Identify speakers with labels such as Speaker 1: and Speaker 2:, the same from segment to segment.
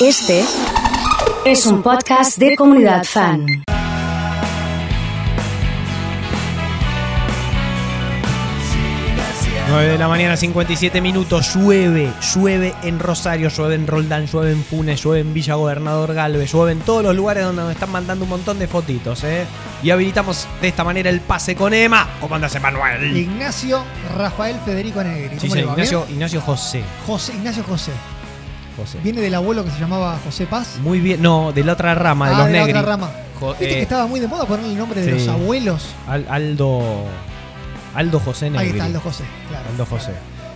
Speaker 1: Este es un podcast de comunidad fan.
Speaker 2: Nueve de la mañana, 57 minutos, llueve, llueve en Rosario, llueve en Roldán, llueve en Funes, llueve en Villa Gobernador Galvez, llueve en todos los lugares donde nos están mandando un montón de fotitos, ¿eh? Y habilitamos de esta manera el pase con Ema. ¿Cómo andas, Emanuel?
Speaker 3: Ignacio Rafael Federico Negri.
Speaker 2: Sí,
Speaker 3: ¿Cómo le
Speaker 2: señor,
Speaker 3: va?
Speaker 2: Ignacio, Ignacio José.
Speaker 3: Bien. José, Ignacio José.
Speaker 2: José.
Speaker 3: Viene del abuelo que se llamaba José Paz.
Speaker 2: Muy bien, no, de la otra rama, de
Speaker 3: Ah,
Speaker 2: los eh,
Speaker 3: de la
Speaker 2: negros.
Speaker 3: otra rama. Viste que estaba muy de moda ponerle el nombre de
Speaker 2: sí.
Speaker 3: los abuelos.
Speaker 2: Aldo. Aldo José Negri.
Speaker 3: Ahí está Aldo José, claro.
Speaker 2: Aldo José.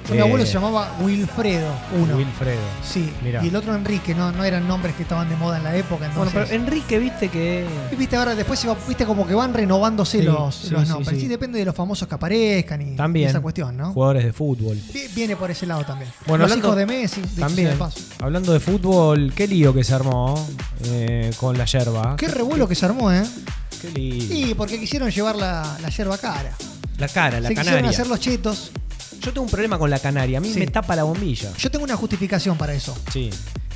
Speaker 3: Yo, mi abuelo
Speaker 2: Eh,
Speaker 3: se llamaba Wilfredo, uno.
Speaker 2: Wilfredo.
Speaker 3: sí,
Speaker 2: mirá.
Speaker 3: y el otro Enrique, no, no eran nombres que estaban de moda en la época.
Speaker 2: Bueno,
Speaker 3: Entonces.
Speaker 2: pero Enrique, viste que.
Speaker 3: Y Viste, ahora después se va- viste como que van renovándose
Speaker 2: Sí,
Speaker 3: los,
Speaker 2: sí,
Speaker 3: los
Speaker 2: sí,
Speaker 3: nombres.
Speaker 2: sí.
Speaker 3: Sí, depende de los famosos que aparezcan y
Speaker 2: También.
Speaker 3: eh, esa cuestión, ¿no?
Speaker 2: Jugadores de fútbol.
Speaker 3: Vi- Viene por ese lado también.
Speaker 2: Bueno,
Speaker 3: los
Speaker 2: hablando-
Speaker 3: hijos de Messi, dicho sea de
Speaker 2: También.
Speaker 3: paso.
Speaker 2: Hablando de fútbol, qué lío que se armó eh, con la yerba.
Speaker 3: Qué revuelo que se armó, ¿eh?
Speaker 2: Qué lío.
Speaker 3: Sí, porque quisieron llevar la, la yerba cara.
Speaker 2: La cara, la
Speaker 3: Se quisieron
Speaker 2: canaria.
Speaker 3: hacer los chetos.
Speaker 2: Yo tengo un problema con la canaria. A mí
Speaker 3: Sí.
Speaker 2: me tapa la bombilla.
Speaker 3: Yo tengo una justificación para eso.
Speaker 2: Sí.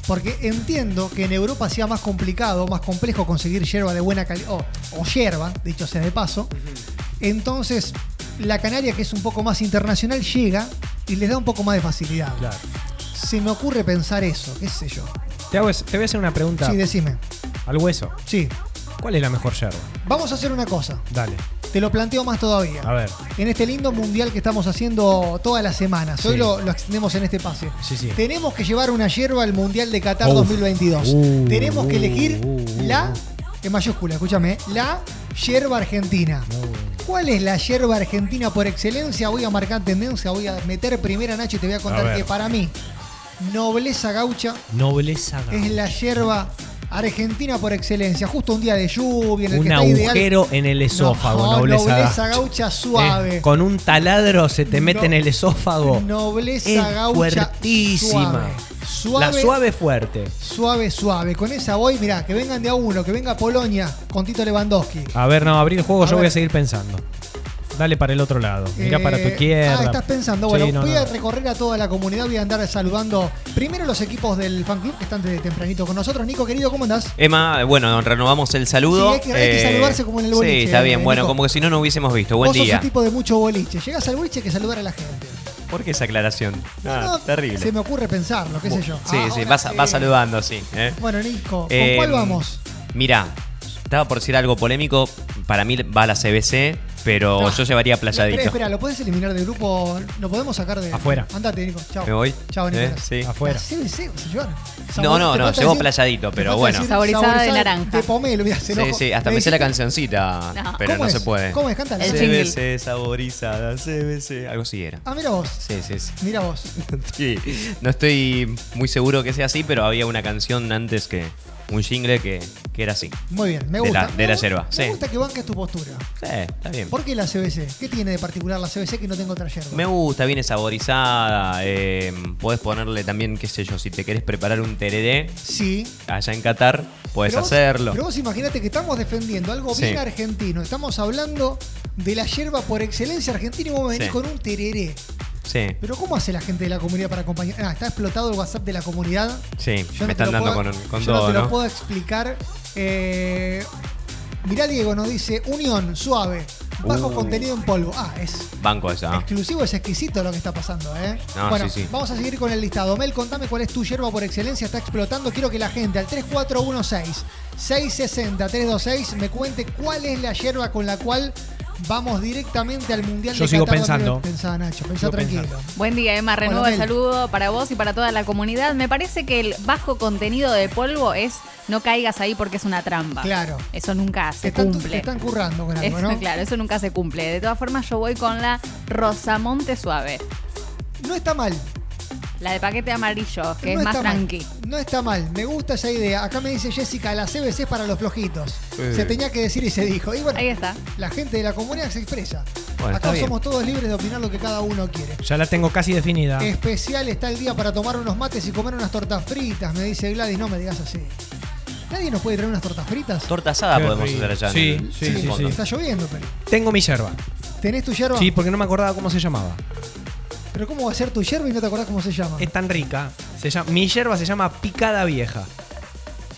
Speaker 3: Porque entiendo que en Europa sea más complicado, más complejo conseguir yerba de buena calidad, o, o yerba, dicho sea de paso. Entonces, la canaria, que es un poco más internacional, llega y les da un poco más de facilidad.
Speaker 2: Claro.
Speaker 3: Se me ocurre pensar eso, qué sé yo.
Speaker 2: Te, hago, te voy a hacer una pregunta
Speaker 3: Sí, decime.
Speaker 2: al hueso.
Speaker 3: Sí.
Speaker 2: ¿Cuál es la mejor yerba?
Speaker 3: Vamos a hacer una cosa.
Speaker 2: Dale.
Speaker 3: Te lo planteo más todavía.
Speaker 2: A ver.
Speaker 3: En este lindo mundial que estamos haciendo todas las semanas. Hoy
Speaker 2: Sí.
Speaker 3: lo, lo extendemos en este pase.
Speaker 2: Sí, sí.
Speaker 3: Tenemos que llevar una hierba al Mundial de Qatar
Speaker 2: Uf.
Speaker 3: 2022.
Speaker 2: Uh,
Speaker 3: Tenemos que elegir
Speaker 2: uh, uh,
Speaker 3: la,
Speaker 2: uh.
Speaker 3: en mayúscula, escúchame, eh, la hierba argentina. ¿Cuál es la hierba argentina por excelencia? Voy a marcar tendencia, voy a meter primera Nacho y te voy a
Speaker 2: A
Speaker 3: contar
Speaker 2: ver.
Speaker 3: que para mí, nobleza gaucha
Speaker 2: Nobleza.
Speaker 3: es la hierba argentina por excelencia. Justo un día de lluvia, en el
Speaker 2: Un
Speaker 3: que está ideal.
Speaker 2: agujero en el esófago,
Speaker 3: No,
Speaker 2: nobleza.
Speaker 3: nobleza gaucha suave.
Speaker 2: Eh, con un taladro se te mete
Speaker 3: No-
Speaker 2: en el esófago.
Speaker 3: Nobleza
Speaker 2: Es
Speaker 3: gaucha
Speaker 2: fuertísima.
Speaker 3: Suave,
Speaker 2: La
Speaker 3: suave,
Speaker 2: suave fuerte.
Speaker 3: suave, suave. Con esa voy, mirá, que vengan de a uno, que venga Polonia con Tito Lewandowski.
Speaker 2: A ver, no, abrir el juego,
Speaker 3: A
Speaker 2: yo voy
Speaker 3: ver.
Speaker 2: a seguir pensando. Dale para el otro lado. Mira
Speaker 3: Eh,
Speaker 2: para tu izquierda.
Speaker 3: Ah, estás pensando.
Speaker 2: Sí,
Speaker 3: Bueno,
Speaker 2: no,
Speaker 3: voy
Speaker 2: no.
Speaker 3: a recorrer a toda la comunidad, voy a andar saludando primero los equipos del fan club que están desde tempranito con nosotros. Nico, querido, ¿cómo andás?
Speaker 4: Emma, bueno, renovamos el saludo. Eh,
Speaker 3: Sí, hay que- hay que saludarse como en el boliche,
Speaker 4: Sí, está bien.
Speaker 3: eh,
Speaker 4: Bueno,
Speaker 3: Nico.
Speaker 4: como que si no, no hubiésemos visto. Buen
Speaker 3: Vos sos
Speaker 4: día.
Speaker 3: un tipo de mucho boliche. Llegás al boliche hay que saludar a la gente.
Speaker 4: ¿Por qué esa aclaración? Ah,
Speaker 3: No, no,
Speaker 4: terrible.
Speaker 3: Se me ocurre pensarlo, qué sé yo.
Speaker 4: Sí,
Speaker 3: Ah,
Speaker 4: sí,
Speaker 3: hola,
Speaker 4: vas, a-
Speaker 3: eh,
Speaker 4: vas saludando, sí. ¿eh?
Speaker 3: Bueno, Nico, ¿con
Speaker 4: Eh,
Speaker 3: cuál vamos?
Speaker 4: Mirá, estaba por decir algo polémico. Para mí va la CBC, pero
Speaker 3: Ah,
Speaker 4: yo llevaría playadito.
Speaker 3: Espera, espera, ¿lo puedes eliminar del grupo? ¿Lo podemos sacar de.
Speaker 2: Afuera.
Speaker 3: Andate, Nico. Chao.
Speaker 4: ¿Me voy?
Speaker 3: Chao,
Speaker 4: ¿Eh?
Speaker 3: Nicolás. Ah,
Speaker 4: Sí.
Speaker 2: Afuera.
Speaker 3: La CBC, o sea, Joan.
Speaker 4: No, no,
Speaker 3: te
Speaker 4: no,
Speaker 3: falta
Speaker 4: llevo
Speaker 3: decir-
Speaker 4: playadito,
Speaker 3: te
Speaker 4: pero
Speaker 3: falta
Speaker 4: bueno.
Speaker 3: decir
Speaker 5: Saborizada de naranja.
Speaker 3: De pomelo, mira, se
Speaker 4: Sí,
Speaker 3: enojó.
Speaker 4: sí, hasta me sé la cancioncita,
Speaker 5: No.
Speaker 4: pero
Speaker 3: ¿Cómo
Speaker 4: no se
Speaker 3: es?
Speaker 4: puede.
Speaker 3: ¿Cómo es? Cántala.
Speaker 5: El jingle.
Speaker 4: CBC saborizada, CBC. Algo así era.
Speaker 3: Ah, mira vos.
Speaker 4: Sí, sí, sí.
Speaker 3: Mira vos.
Speaker 4: Sí, no estoy muy seguro que sea así, pero había una canción antes que. un jingle que, que era así.
Speaker 3: Muy bien, me
Speaker 4: De
Speaker 3: gusta.
Speaker 4: la- de la
Speaker 3: Me-
Speaker 4: yerba,
Speaker 3: Me
Speaker 4: sí.
Speaker 3: gusta que banques tu postura.
Speaker 4: Sí, está bien.
Speaker 3: ¿Por qué la CBC? ¿Qué tiene de particular la CBC que no tengo otra yerba?
Speaker 4: Me gusta, viene saborizada. Eh, podés ponerle también, qué sé yo, si te querés preparar un tereré
Speaker 3: Sí.
Speaker 4: allá en Qatar, podés
Speaker 3: Pero vos-
Speaker 4: hacerlo.
Speaker 3: Pero vos imaginate que estamos defendiendo algo
Speaker 4: Sí.
Speaker 3: bien argentino. Estamos hablando de la yerba por excelencia argentina y vos me venís
Speaker 4: Sí.
Speaker 3: con un tereré.
Speaker 4: Sí,
Speaker 3: Pero ¿cómo hace la gente de la comunidad para acompañar? Ah, está explotado el WhatsApp de la comunidad.
Speaker 4: sí,
Speaker 3: Yo no
Speaker 4: me
Speaker 3: te
Speaker 4: están
Speaker 3: lo
Speaker 4: dando
Speaker 3: puedo-
Speaker 4: con, con
Speaker 3: yo no
Speaker 4: todo,
Speaker 3: te lo
Speaker 4: ¿no?
Speaker 3: puedo explicar. Eh, mirá, Diego nos dice unión, suave, bajo
Speaker 4: Uh.
Speaker 3: contenido en polvo. Ah, es
Speaker 4: Banco esa.
Speaker 3: exclusivo, es exquisito lo que está pasando, ¿eh?
Speaker 4: No,
Speaker 3: bueno,
Speaker 4: sí, sí.
Speaker 3: vamos a seguir con el listado. Mel, contame cuál es tu yerba por excelencia. Está explotando. Quiero que la gente al 3416 660 326 me cuente cuál es la yerba con la cual vamos directamente al Mundial
Speaker 2: Yo
Speaker 3: de
Speaker 2: sigo
Speaker 3: Qatar
Speaker 2: pensando.
Speaker 3: 2022. Pensá, Nacho, pensá
Speaker 2: Sigo
Speaker 3: tranquilo.
Speaker 2: pensando.
Speaker 5: Buen día, Emma. Renuevo
Speaker 3: Hola,
Speaker 5: el
Speaker 3: Mel.
Speaker 5: saludo para vos y para toda la comunidad. Me parece que el bajo contenido de polvo es no caigas ahí porque es una trampa.
Speaker 3: Claro.
Speaker 5: Eso nunca se
Speaker 3: Te están,
Speaker 5: cumple.
Speaker 3: te están currando con algo,
Speaker 5: Eso,
Speaker 3: ¿no?
Speaker 5: Claro, eso nunca se cumple. De todas formas, yo voy con la Rosamonte Suave,
Speaker 3: No está mal.
Speaker 5: la de paquete amarillo, que
Speaker 3: No
Speaker 5: es más
Speaker 3: está mal.
Speaker 5: tranqui.
Speaker 3: No está mal. Me gusta esa idea. Acá me dice Jessica, la CBC es para los flojitos.
Speaker 4: Sí.
Speaker 3: Se tenía que decir y se dijo. Y bueno,
Speaker 5: Ahí está.
Speaker 3: la gente de la comunidad se expresa.
Speaker 4: Bueno, está
Speaker 3: Acá
Speaker 4: bien.
Speaker 3: somos todos libres de opinar lo que cada uno quiere.
Speaker 2: Ya la tengo casi definida.
Speaker 3: Especial está el día para tomar unos mates y comer unas tortas fritas, me dice Gladys. No me digas así. ¿Nadie nos puede traer unas tortas fritas?
Speaker 4: Torta asada
Speaker 2: Qué
Speaker 4: podemos
Speaker 2: rico.
Speaker 4: hacer allá. en
Speaker 2: Sí,
Speaker 4: el-
Speaker 2: sí,
Speaker 4: en el
Speaker 2: sí,
Speaker 4: fondo.
Speaker 3: Está lloviendo, pero.
Speaker 2: Tengo mi yerba.
Speaker 3: ¿Tenés tu yerba? Ah.
Speaker 2: Sí, porque no me acordaba cómo se llamaba. Este,
Speaker 3: Pero ¿cómo va a ser tu yerba y no te acordás cómo se llama?
Speaker 2: Es tan rica. Se llama- mi hierba se llama picada vieja.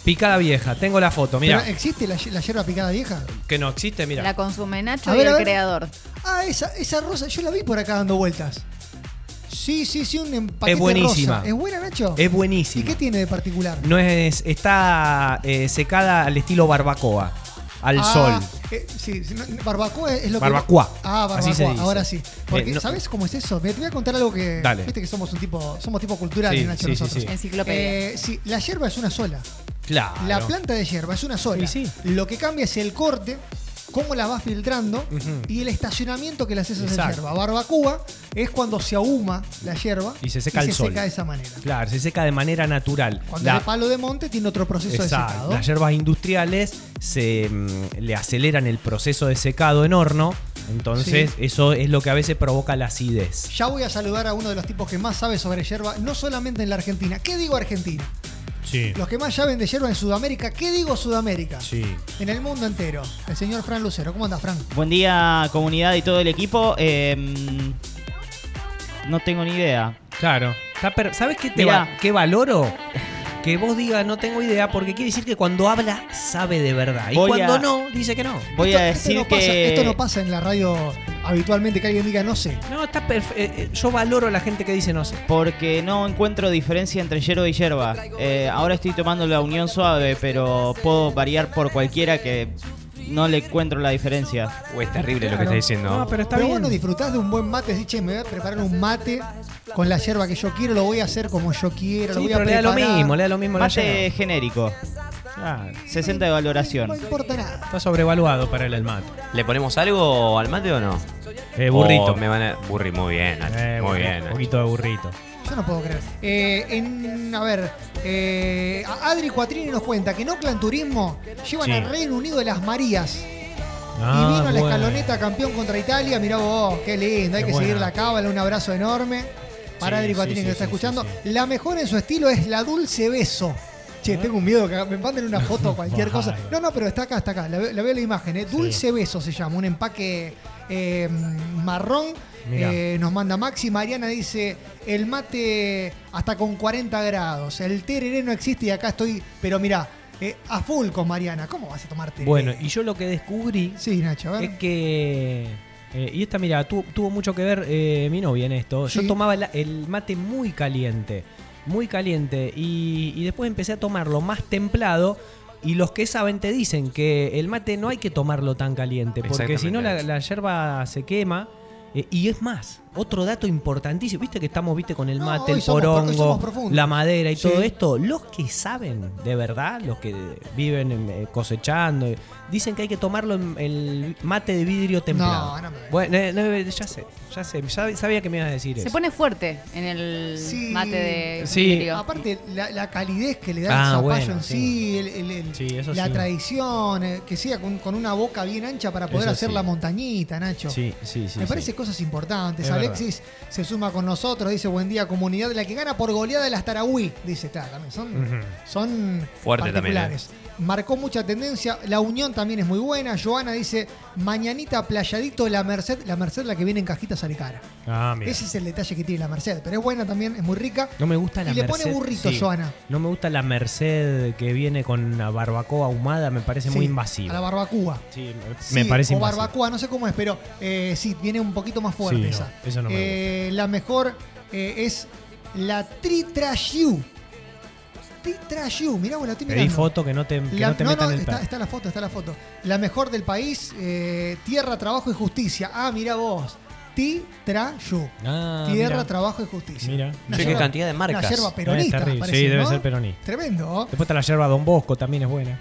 Speaker 2: Picada vieja. Tengo la foto, mira.
Speaker 3: Pero, eh, ¿Existe la, la hierba picada vieja?
Speaker 2: Que no existe,
Speaker 5: La
Speaker 2: mira.
Speaker 5: consume Nacho
Speaker 3: A
Speaker 5: y
Speaker 3: ver, a
Speaker 5: el
Speaker 3: ver.
Speaker 5: creador.
Speaker 3: Ah, esa, esa rosa, yo la vi por acá dando vueltas. Sí, sí, sí, un empaquete
Speaker 2: Es buenísima.
Speaker 3: rosa. ¿Es buena, Nacho?
Speaker 2: Es
Speaker 3: ¿Y
Speaker 2: buenísima.
Speaker 3: qué tiene de particular?
Speaker 2: No es, está eh, secada al estilo barbacoa, al
Speaker 3: Ah,
Speaker 2: sol.
Speaker 3: eh, sí, sí, no, barbacoa es lo que.
Speaker 2: Barbacoa.
Speaker 3: Ah, barbacoa.
Speaker 2: Así se dice.
Speaker 3: Ahora sí. Porque,
Speaker 2: Eh, no-
Speaker 3: ¿Sabes cómo es eso? Me te voy a contar algo que.
Speaker 2: Dale.
Speaker 3: Viste que somos un tipo. Somos tipo cultural,
Speaker 2: Sí,
Speaker 3: Nacho,
Speaker 2: sí, sí,
Speaker 3: nosotros.
Speaker 2: sí.
Speaker 5: Enciclopedia.
Speaker 3: Eh, sí, la hierba es una sola.
Speaker 2: Claro.
Speaker 3: La planta de hierba es una sola.
Speaker 2: Y sí.
Speaker 3: Lo que cambia es el corte, cómo la vas filtrando
Speaker 2: Ujú.
Speaker 3: y el estacionamiento que le haces a esa
Speaker 2: Exacto.
Speaker 3: hierba. Barbacoa es cuando se ahuma la hierba
Speaker 2: Y se seca al sol.
Speaker 3: seca de esa manera.
Speaker 2: Claro, se seca de manera natural.
Speaker 3: Cuando
Speaker 2: La-
Speaker 3: es de palo de monte tiene otro proceso de
Speaker 2: Exacto.
Speaker 3: secado.
Speaker 2: Las hierbas industriales se mm, le aceleran el proceso de secado en horno, entonces
Speaker 3: Sí.
Speaker 2: eso es lo que a veces provoca la acidez.
Speaker 3: Ya voy a saludar a uno de los tipos que más sabe sobre hierba, no solamente en la Argentina. ¿Qué digo Argentina?
Speaker 2: Sí.
Speaker 3: Los que más saben de hierba en Sudamérica. ¿Qué digo Sudamérica? En el mundo entero. El señor Fran Lucero. ¿Cómo anda, Fran?
Speaker 6: Buen día, comunidad y todo el equipo. Eh, no tengo ni idea.
Speaker 2: Claro. Está per- ¿Sabes qué, te
Speaker 6: Mirá.
Speaker 2: va- qué valoro? Que vos digas no tengo idea, porque quiere decir que cuando habla sabe de verdad. Y
Speaker 6: Voy
Speaker 2: cuando
Speaker 6: a-
Speaker 2: no, dice que no.
Speaker 6: Voy
Speaker 3: Esto-
Speaker 6: a
Speaker 3: esto
Speaker 6: decir
Speaker 3: no
Speaker 6: que.
Speaker 3: pasa- esto no pasa en la radio habitualmente que alguien diga no sé.
Speaker 2: No, está perf- eh, eh, Yo valoro a la gente que dice no sé.
Speaker 6: Porque no encuentro diferencia entre hierba y hierba. Eh, ahora estoy tomando la unión suave, pero puedo variar por cualquiera que no le encuentro la diferencia.
Speaker 4: Uy, es terrible lo que
Speaker 2: Claro.
Speaker 4: está diciendo.
Speaker 2: No, pero está
Speaker 3: Pero
Speaker 2: bien.
Speaker 3: bueno, disfrutás de un buen mate, decís, che, me voy a preparar un mate con la hierba que yo quiero, lo voy a hacer como yo quiero,
Speaker 2: Sí,
Speaker 3: lo voy
Speaker 2: pero
Speaker 3: a
Speaker 2: le da lo
Speaker 3: preparar.
Speaker 2: mismo, le da lo mismo a la
Speaker 6: Mate
Speaker 2: yerba.
Speaker 6: genérico,
Speaker 2: Claro.
Speaker 6: 60 de valoración.
Speaker 3: No importa nada.
Speaker 2: Está sobrevaluado para él el mate.
Speaker 4: ¿Le ponemos algo al mate o no?
Speaker 2: Eh, burrito.
Speaker 4: O me van a... Burri, muy bien. Nacho,
Speaker 2: Eh,
Speaker 4: muy
Speaker 2: bueno,
Speaker 4: bien.
Speaker 2: Un
Speaker 4: Nacho.
Speaker 2: poquito de burrito.
Speaker 3: Yo no puedo creer. Eh, en, a ver, eh, a- Adri Cuatrini nos cuenta que en Oakland Turismo llevan
Speaker 2: Sí.
Speaker 3: al Reino Unido de las Marías.
Speaker 2: Ah,
Speaker 3: y vino a la
Speaker 2: bueno.
Speaker 3: escaloneta campeón contra Italia. Mirá vos, qué lindo. Hay
Speaker 2: Qué
Speaker 3: que
Speaker 2: buena.
Speaker 3: seguir la cábala. Un abrazo enorme para
Speaker 2: Sí,
Speaker 3: Adri Cuatrini
Speaker 2: sí,
Speaker 3: que
Speaker 2: sí,
Speaker 3: nos está
Speaker 2: sí,
Speaker 3: escuchando.
Speaker 2: sí, Ah.
Speaker 3: La mejor en su estilo es la dulce beso. Che, tengo un miedo que me manden una foto o cualquier cosa. No, no, pero está acá, está acá. La, ve- la veo la imagen. ¿eh? Dulce beso se llama. Un empaque eh, marrón.
Speaker 2: Mirá.
Speaker 3: Eh, nos manda Maxi. Mariana dice: el mate hasta con 40 grados. El tereré no existe y acá estoy. Pero mirá, eh, a full con Mariana. ¿Cómo vas a tomar tereré?
Speaker 2: Bueno, y yo lo que descubrí
Speaker 3: Sí, Nacho, a ver.
Speaker 2: es que. eh, y esta, mira, tu- tuvo mucho que ver eh, mi novia en esto. Yo
Speaker 3: Sí.
Speaker 2: tomaba la- el mate muy caliente, muy caliente, y, y después empecé a tomarlo más templado. Y los que saben te dicen que el mate no hay que tomarlo tan caliente, porque si no la,
Speaker 4: Exactamente.
Speaker 2: la yerba se quema. eh, y es más, otro dato importantísimo, viste que estamos viste con el
Speaker 3: No,
Speaker 2: mate,
Speaker 3: hoy
Speaker 2: el
Speaker 3: somos pro- hoy somos
Speaker 2: porongo,
Speaker 3: profundos.
Speaker 2: la madera y
Speaker 3: Sí.
Speaker 2: todo esto, los que saben de verdad, los que viven eh, cosechando, eh, dicen que hay que tomarlo en el mate de vidrio templado.
Speaker 3: no me vengas.
Speaker 2: Bueno, eh, no, eh, ya sé, ya sé, ya sabía que me ibas a decir
Speaker 5: Se
Speaker 2: eso.
Speaker 5: pone fuerte en el
Speaker 3: Sí.
Speaker 5: mate de
Speaker 2: Sí.
Speaker 5: vidrio.
Speaker 3: Aparte, la, la calidez que le da
Speaker 2: Ah,
Speaker 3: el zapallo
Speaker 2: bueno,
Speaker 3: en sí,
Speaker 2: sí.
Speaker 3: el- el- el-
Speaker 2: Sí, eso
Speaker 3: la
Speaker 2: sí.
Speaker 3: tradición, eh, que sea con, con una boca bien ancha para poder
Speaker 2: Eso
Speaker 3: hacer
Speaker 2: sí.
Speaker 3: la montañita, Nacho.
Speaker 2: Sí, sí, sí.
Speaker 3: Me
Speaker 2: sí.
Speaker 3: parece cosas importantes.
Speaker 2: Es
Speaker 3: Alexis se suma con nosotros, dice buen día comunidad, la que gana por goleada de las Tarahui, dice, claro, también son, son
Speaker 4: Fuerte también,
Speaker 2: ¿eh?
Speaker 3: particulares. Marcó mucha tendencia, la unión también es muy buena. Joana dice, mañanita playadito la Merced, la Merced la que viene en cajitas alicara.
Speaker 2: Ah, mira.
Speaker 3: Ese es el detalle que tiene la Merced, pero es buena también, es muy rica.
Speaker 2: No me gusta la
Speaker 3: Y le
Speaker 2: Merced.
Speaker 3: pone burrito,
Speaker 2: sí.
Speaker 3: Joana.
Speaker 2: No me gusta la Merced que viene con una barbacoa ahumada, me parece muy
Speaker 3: Sí, A la
Speaker 2: invasiva.
Speaker 3: barbacoa.
Speaker 2: Sí, me-
Speaker 3: Sí,
Speaker 2: me parece
Speaker 3: O
Speaker 2: invasiva.
Speaker 3: barbacoa, no sé cómo es, pero eh, sí, viene un poquito más fuerte
Speaker 2: Sí, no,
Speaker 3: esa.
Speaker 2: eso no me
Speaker 3: Eh, La mejor eh, es la Tritrayu. Tritrayu, mirá vos la estoy
Speaker 2: Pedí
Speaker 3: mirando.
Speaker 2: foto que no te, que
Speaker 3: La-
Speaker 2: no te
Speaker 3: no,
Speaker 2: metan
Speaker 3: no,
Speaker 2: el
Speaker 3: está,
Speaker 2: pez.
Speaker 3: está la foto, está la foto. La mejor del país, eh, tierra, trabajo y justicia. Ah, mirá vos. Titrayu.
Speaker 2: Ah,
Speaker 3: tierra,
Speaker 2: mira.
Speaker 3: trabajo y justicia.
Speaker 2: Mira.
Speaker 3: Una
Speaker 4: Che, qué
Speaker 3: yerba-
Speaker 4: cantidad de marcas.
Speaker 3: Una yerba
Speaker 2: eh,
Speaker 4: No,
Speaker 2: es
Speaker 3: peronista.
Speaker 2: terrible.
Speaker 3: parece,
Speaker 2: Sí, debe
Speaker 3: ¿no?
Speaker 2: ser peronista.
Speaker 3: Tremendo. ¿oh?
Speaker 2: Después está la yerba Don Bosco, también es buena.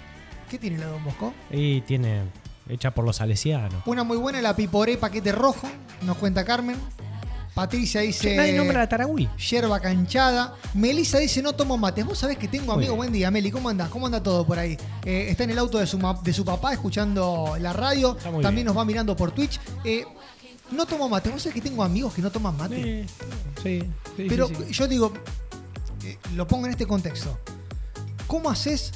Speaker 3: ¿Qué tiene la Don Bosco?
Speaker 2: Y tiene. hecha por los salesianos.
Speaker 3: Una muy buena, la piporé paquete rojo, nos cuenta Carmen. Patricia dice.
Speaker 2: Che, Nadie nombra la Taragüí.
Speaker 3: Yerba canchada. Melissa dice, no tomo mates. Vos sabés que tengo amigo.
Speaker 2: bien.
Speaker 3: Buen día, Meli. ¿Cómo andás? ¿Cómo anda todo por ahí? Eh, está en el auto de su, ma- de su papá escuchando la radio.
Speaker 2: Está muy
Speaker 3: También
Speaker 2: bien.
Speaker 3: nos va mirando por Twitch. Eh, no tomo mates. Vos sabés que tengo amigos que no toman mate.
Speaker 2: Sí, sí, sí,
Speaker 3: Pero
Speaker 2: sí.
Speaker 3: yo digo, eh, lo pongo en este contexto. ¿Cómo haces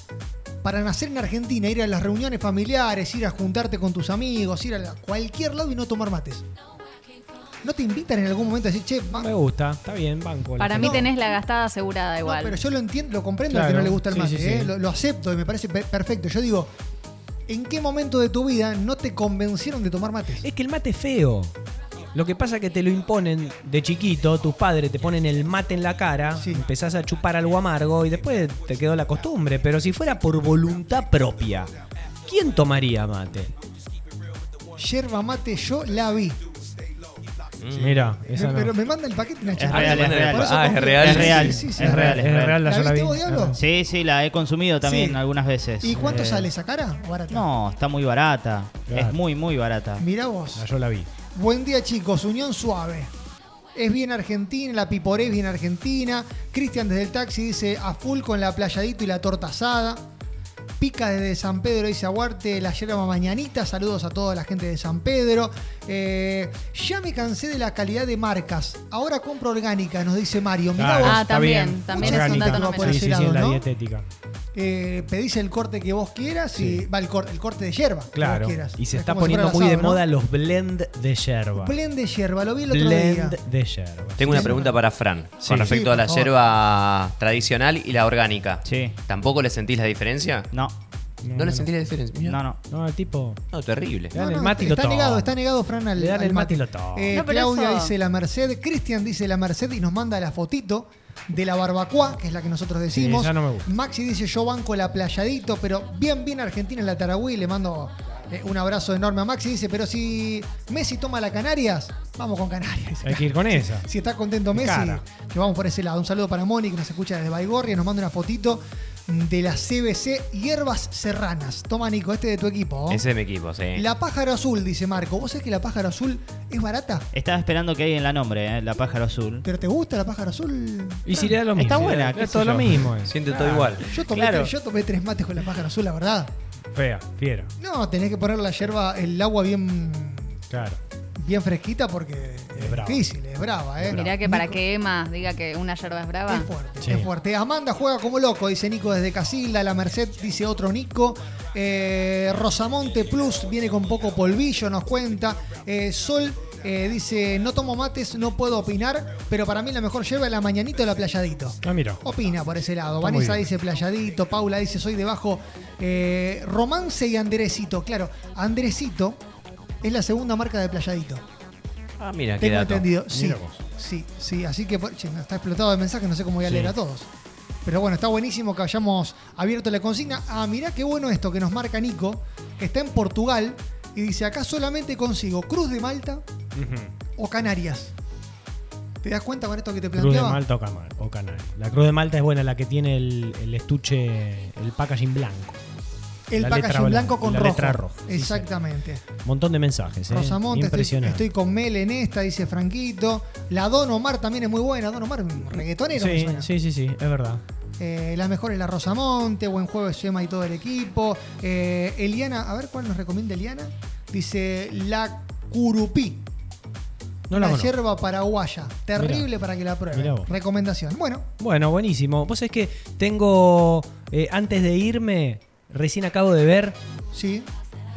Speaker 3: para nacer en Argentina, ir a las reuniones familiares, ir a juntarte con tus amigos, ir a la- cualquier lado y no tomar mates? ¿No te invitan en algún momento a decir, che, va-
Speaker 2: Me gusta, está bien, banco. la
Speaker 5: Para mí
Speaker 2: gente.
Speaker 5: tenés la gastada asegurada
Speaker 3: No,
Speaker 5: igual.
Speaker 3: pero yo lo entiendo, lo comprendo al que
Speaker 2: Claro.
Speaker 3: no le gusta el
Speaker 2: Sí,
Speaker 3: mate,
Speaker 2: sí,
Speaker 3: ¿eh?
Speaker 2: sí.
Speaker 3: Lo, lo acepto y me parece pe- perfecto. Yo digo, ¿en qué momento de tu vida no te convencieron de tomar mates?
Speaker 2: Es que el mate es feo. Lo que pasa es que te lo imponen de chiquito, tus padres te ponen el mate en la cara,
Speaker 3: Sí.
Speaker 2: empezás a chupar algo amargo y después te quedó la costumbre. Pero si fuera por voluntad propia, ¿quién tomaría mate?
Speaker 3: Yerba mate, yo la vi.
Speaker 2: Mira, esa
Speaker 3: Me-
Speaker 2: no.
Speaker 3: pero me manda el paquete una
Speaker 6: Es
Speaker 3: chica.
Speaker 6: real, es
Speaker 3: Por
Speaker 6: real.
Speaker 3: eso
Speaker 4: Ah, es
Speaker 3: confío.
Speaker 4: real.
Speaker 6: Es real,
Speaker 3: Sí, sí, sí,
Speaker 6: es
Speaker 3: sí.
Speaker 6: real, es real.
Speaker 3: ¿La
Speaker 2: yo
Speaker 3: viste vos,
Speaker 2: vi.
Speaker 3: Diablo?
Speaker 6: Sí, sí, la he consumido también
Speaker 3: Sí.
Speaker 6: algunas veces.
Speaker 3: ¿Y cuánto
Speaker 6: Eh,
Speaker 3: sale esa cara? Barata.
Speaker 6: No, está muy barata.
Speaker 2: Claro.
Speaker 6: Es muy, muy barata.
Speaker 3: Mirá
Speaker 2: Ah,
Speaker 3: vos.
Speaker 2: yo la vi.
Speaker 3: Buen día, chicos. Unión suave. Es bien argentina, la piporé es bien argentina. Cristian desde el taxi dice a full con la playadito y la torta asada. Pica desde San Pedro dice aguarte la yerba mañanita. Saludos a toda la gente de San Pedro. Eh, ya me cansé de la calidad de marcas. Ahora compro orgánica, nos dice Mario. Mirá
Speaker 2: Claro,
Speaker 3: vos.
Speaker 5: Ah,
Speaker 2: está
Speaker 5: también,
Speaker 2: bien.
Speaker 5: también
Speaker 3: es un
Speaker 2: Orgánica.
Speaker 3: dato no menor.
Speaker 2: Sí, sí, sí,
Speaker 3: Por ese
Speaker 2: en la
Speaker 3: lado, ¿no?
Speaker 2: dietética.
Speaker 3: Eh, pedís el corte que vos quieras y
Speaker 2: Sí.
Speaker 3: va el, cor- el corte de yerba. que
Speaker 2: Claro.
Speaker 3: vos quieras.
Speaker 2: Y se
Speaker 3: Es
Speaker 2: está
Speaker 3: como si fuera
Speaker 2: poniendo muy
Speaker 3: el
Speaker 2: de
Speaker 3: asado,
Speaker 2: moda
Speaker 3: ¿no?
Speaker 2: los blend de yerba.
Speaker 3: Blend de yerba, lo vi el otro día.
Speaker 2: Blend de yerba.
Speaker 4: Tengo una pregunta para Fran
Speaker 2: Sí.
Speaker 4: con respecto
Speaker 3: Sí,
Speaker 4: a la
Speaker 3: por favor.
Speaker 4: yerba tradicional y la orgánica.
Speaker 6: Sí.
Speaker 4: ¿Tampoco le sentís la diferencia?
Speaker 6: No,
Speaker 4: No, le sentís la diferencia. Mirá.
Speaker 6: no, no.
Speaker 2: No, el tipo.
Speaker 4: No, terrible.
Speaker 2: Le dan el mate y lo
Speaker 3: está
Speaker 2: toma.
Speaker 3: negado, está negado Fran al,
Speaker 2: Le dan
Speaker 3: al
Speaker 2: el mate y lo toma.
Speaker 3: Eh,
Speaker 5: No, pero
Speaker 3: Claudia
Speaker 5: eso-
Speaker 3: dice la Merced, Cristian dice la Merced y nos manda la fotito de la barbacoa, que es la que nosotros decimos.
Speaker 2: esa no me gusta.
Speaker 3: Maxi dice yo banco la playadito, pero bien, bien Argentina en la Taragüí, le mando eh, un abrazo enorme a Maxi. Dice, pero si Messi toma la Canarias, vamos con Canarias. dice.
Speaker 2: Hay que ir con esa.
Speaker 3: Si está contento
Speaker 2: De
Speaker 3: Messi,
Speaker 2: cara.
Speaker 3: que vamos por ese lado. Un saludo para Moni, que nos escucha desde Baigorria, nos manda una fotito de la CBC Hierbas Serranas. Toma, Nico, este de tu equipo. ¿oh?
Speaker 4: Ese es mi equipo, sí.
Speaker 3: La pájaro azul, dice Marco. ¿Vos sabés que la pájaro azul es barata?
Speaker 6: Estaba esperando que alguien la nombre, eh, la pájaro azul.
Speaker 3: ¿Pero te gusta la pájaro azul?
Speaker 2: Y si le da lo mismo.
Speaker 6: Está buena,
Speaker 2: es
Speaker 6: qué sé
Speaker 2: todo
Speaker 6: yo.
Speaker 2: lo mismo. eh.
Speaker 4: Siente todo igual.
Speaker 3: Ah, Yo tomé,
Speaker 6: Claro.
Speaker 3: tres, yo tomé tres mates con la pájaro azul, la verdad.
Speaker 2: Fea, fiera.
Speaker 3: No, tenés que poner la yerba, el agua bien,
Speaker 2: Claro.
Speaker 3: bien fresquita porque es,
Speaker 2: brava.
Speaker 3: difícil, es brava, ¿eh?
Speaker 5: Mirá que para
Speaker 3: Nico-
Speaker 5: que Emma diga que una yerba es brava.
Speaker 3: Es fuerte,
Speaker 2: Sí.
Speaker 3: es fuerte. Amanda juega como loco, dice Nico desde Casilda. La Merced dice otro Nico. Eh, Rosamonte Plus viene con poco polvillo, nos cuenta. Eh, Sol eh, dice: No tomo mates, no puedo opinar, pero para mí la mejor lleva la mañanita o la playadito.
Speaker 2: Ah, mira.
Speaker 3: Opina por ese lado.
Speaker 2: Está muy
Speaker 3: Vanessa
Speaker 2: bien.
Speaker 3: dice playadito, Paula dice soy debajo. Eh, romance y Andresito. Claro, Andresito es la segunda marca de playadito.
Speaker 4: Ah, mira, qué
Speaker 3: Tengo
Speaker 4: dato.
Speaker 3: entendido. Sí,
Speaker 2: Mira vos.
Speaker 3: sí, sí. Así que por- che, no, está explotado de mensajes, no sé cómo voy a
Speaker 2: Sí.
Speaker 3: leer a todos. Pero bueno, está buenísimo que hayamos abierto la consigna. Ah, mirá qué bueno esto que nos marca Nico, que está en Portugal y dice, acá solamente consigo Cruz de Malta o Canarias. ¿Te das cuenta con esto que te
Speaker 2: Cruz de
Speaker 3: planteaba?
Speaker 2: Malta o, Canal, o Canal. La Cruz de Malta es buena, la que tiene el, el estuche, el packaging blanco.
Speaker 3: El
Speaker 2: La letra
Speaker 3: packaging
Speaker 2: blanca,
Speaker 3: blanco con
Speaker 2: la
Speaker 3: rojo.
Speaker 2: letra roja, sí,
Speaker 3: Exactamente.
Speaker 2: Montón de mensajes, ¿eh?
Speaker 3: Rosamonte, estoy,
Speaker 2: Impresionante.
Speaker 3: estoy con Mel en esta, dice Franquito. La Don Omar también es muy buena. Don Omar, un reggaetonero. me suena.
Speaker 2: sí, sí, sí, sí, es verdad.
Speaker 3: Eh, la mejor es la Rosamonte, buen jueves Gemma y todo el equipo. Eh, Eliana, a ver cuál nos recomienda Eliana. Dice la Curupí,
Speaker 2: No la
Speaker 3: la
Speaker 2: conozco.
Speaker 3: hierba paraguaya. Terrible para que la
Speaker 2: Mirá
Speaker 3: prueben.
Speaker 2: vos.
Speaker 3: Recomendación. Bueno,
Speaker 2: Bueno, buenísimo. Vos es que tengo, eh, antes de irme, recién acabo de ver
Speaker 3: sí,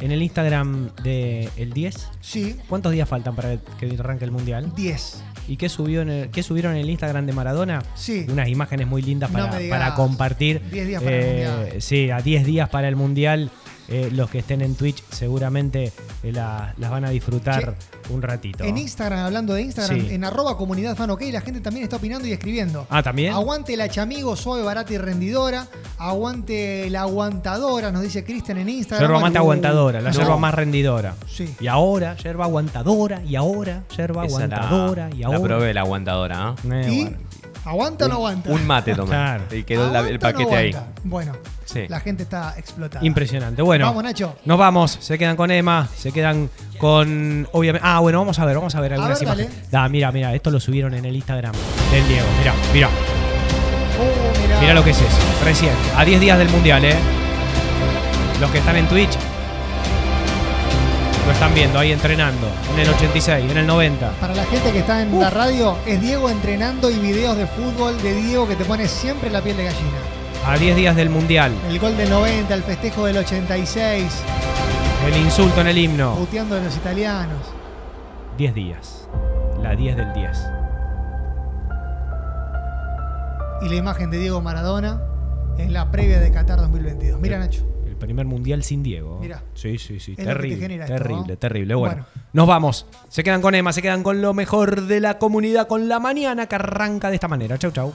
Speaker 2: en el Instagram de El 10.
Speaker 3: sí,
Speaker 2: ¿Cuántos días faltan para que arranque el Mundial?
Speaker 3: 10.
Speaker 2: ¿Y qué, subió en el- qué subieron en el Instagram de Maradona?
Speaker 3: Sí.
Speaker 2: Unas imágenes muy lindas
Speaker 3: No
Speaker 2: para,
Speaker 3: me digas.
Speaker 2: para compartir. Eh,
Speaker 3: 10 días para el Mundial.
Speaker 2: Sí, a 10 días para el Mundial. Eh, los que estén en Twitch seguramente eh, la- las van a disfrutar un ratito.
Speaker 3: En Instagram, hablando de Instagram,
Speaker 2: Sí.
Speaker 3: en arroba comunidad fan ok, la gente también está opinando y escribiendo.
Speaker 2: Ah, ¿también?
Speaker 3: Aguante la chamigo, suave, barata y rendidora. Aguante la aguantadora, nos dice Cristian en Instagram.
Speaker 2: Yerba mate
Speaker 3: Uh,
Speaker 2: aguantadora, la
Speaker 3: no.
Speaker 2: yerba más rendidora.
Speaker 3: Sí.
Speaker 2: Y ahora, yerba aguantadora, y ahora, yerba
Speaker 4: Esa la-
Speaker 2: aguantadora, y ahora.
Speaker 4: La probé la aguantadora, ¿ah?
Speaker 2: Eh,
Speaker 3: ¿Y?
Speaker 2: bueno.
Speaker 3: ¿Aguanta o no aguanta?
Speaker 4: Un mate tomé.
Speaker 2: Claro.
Speaker 4: Y quedó la- el
Speaker 3: ¿Aguanta o no
Speaker 4: paquete ahí.
Speaker 3: aguanta? Bueno,
Speaker 4: Sí.
Speaker 3: la gente está explotada.
Speaker 2: Impresionante. Bueno,
Speaker 3: Vamos, Nacho.
Speaker 2: nos vamos. Se quedan con Emma, se quedan con. Obviamente. Ah, bueno, vamos a ver, vamos a ver algunas
Speaker 3: ver,
Speaker 2: imágenes. Da, mira, mira, esto lo subieron en el Instagram del Diego. Mira, mira,
Speaker 3: Oh, mirá.
Speaker 2: mira lo que es eso. Recién, a 10 días del mundial, ¿eh? Los que están en Twitch lo están viendo ahí entrenando. En el 86, en el 90.
Speaker 3: Para la gente que está en la radio, es Diego entrenando y videos de fútbol de Diego que te pone siempre la piel de gallina.
Speaker 2: A 10 días del mundial.
Speaker 3: El gol del 90, el festejo del 86,
Speaker 4: Oh.
Speaker 2: El insulto en el himno.
Speaker 3: puteando a los italianos.
Speaker 2: 10 días. la 10 del 10.
Speaker 3: Y la imagen de Diego Maradona en la previa de Qatar 2022. Mira, Nacho.
Speaker 2: El primer mundial sin Diego.
Speaker 3: Mirá.
Speaker 2: Sí, sí, sí.
Speaker 3: Es lo que te
Speaker 2: terrible.
Speaker 3: genera esto,
Speaker 2: terrible,
Speaker 3: ¿no?
Speaker 2: terrible. Bueno,
Speaker 3: Bueno.
Speaker 2: nos vamos. Se quedan con Emma, se quedan con lo mejor de la comunidad, con la mañana que arranca de esta manera. Chau, chau.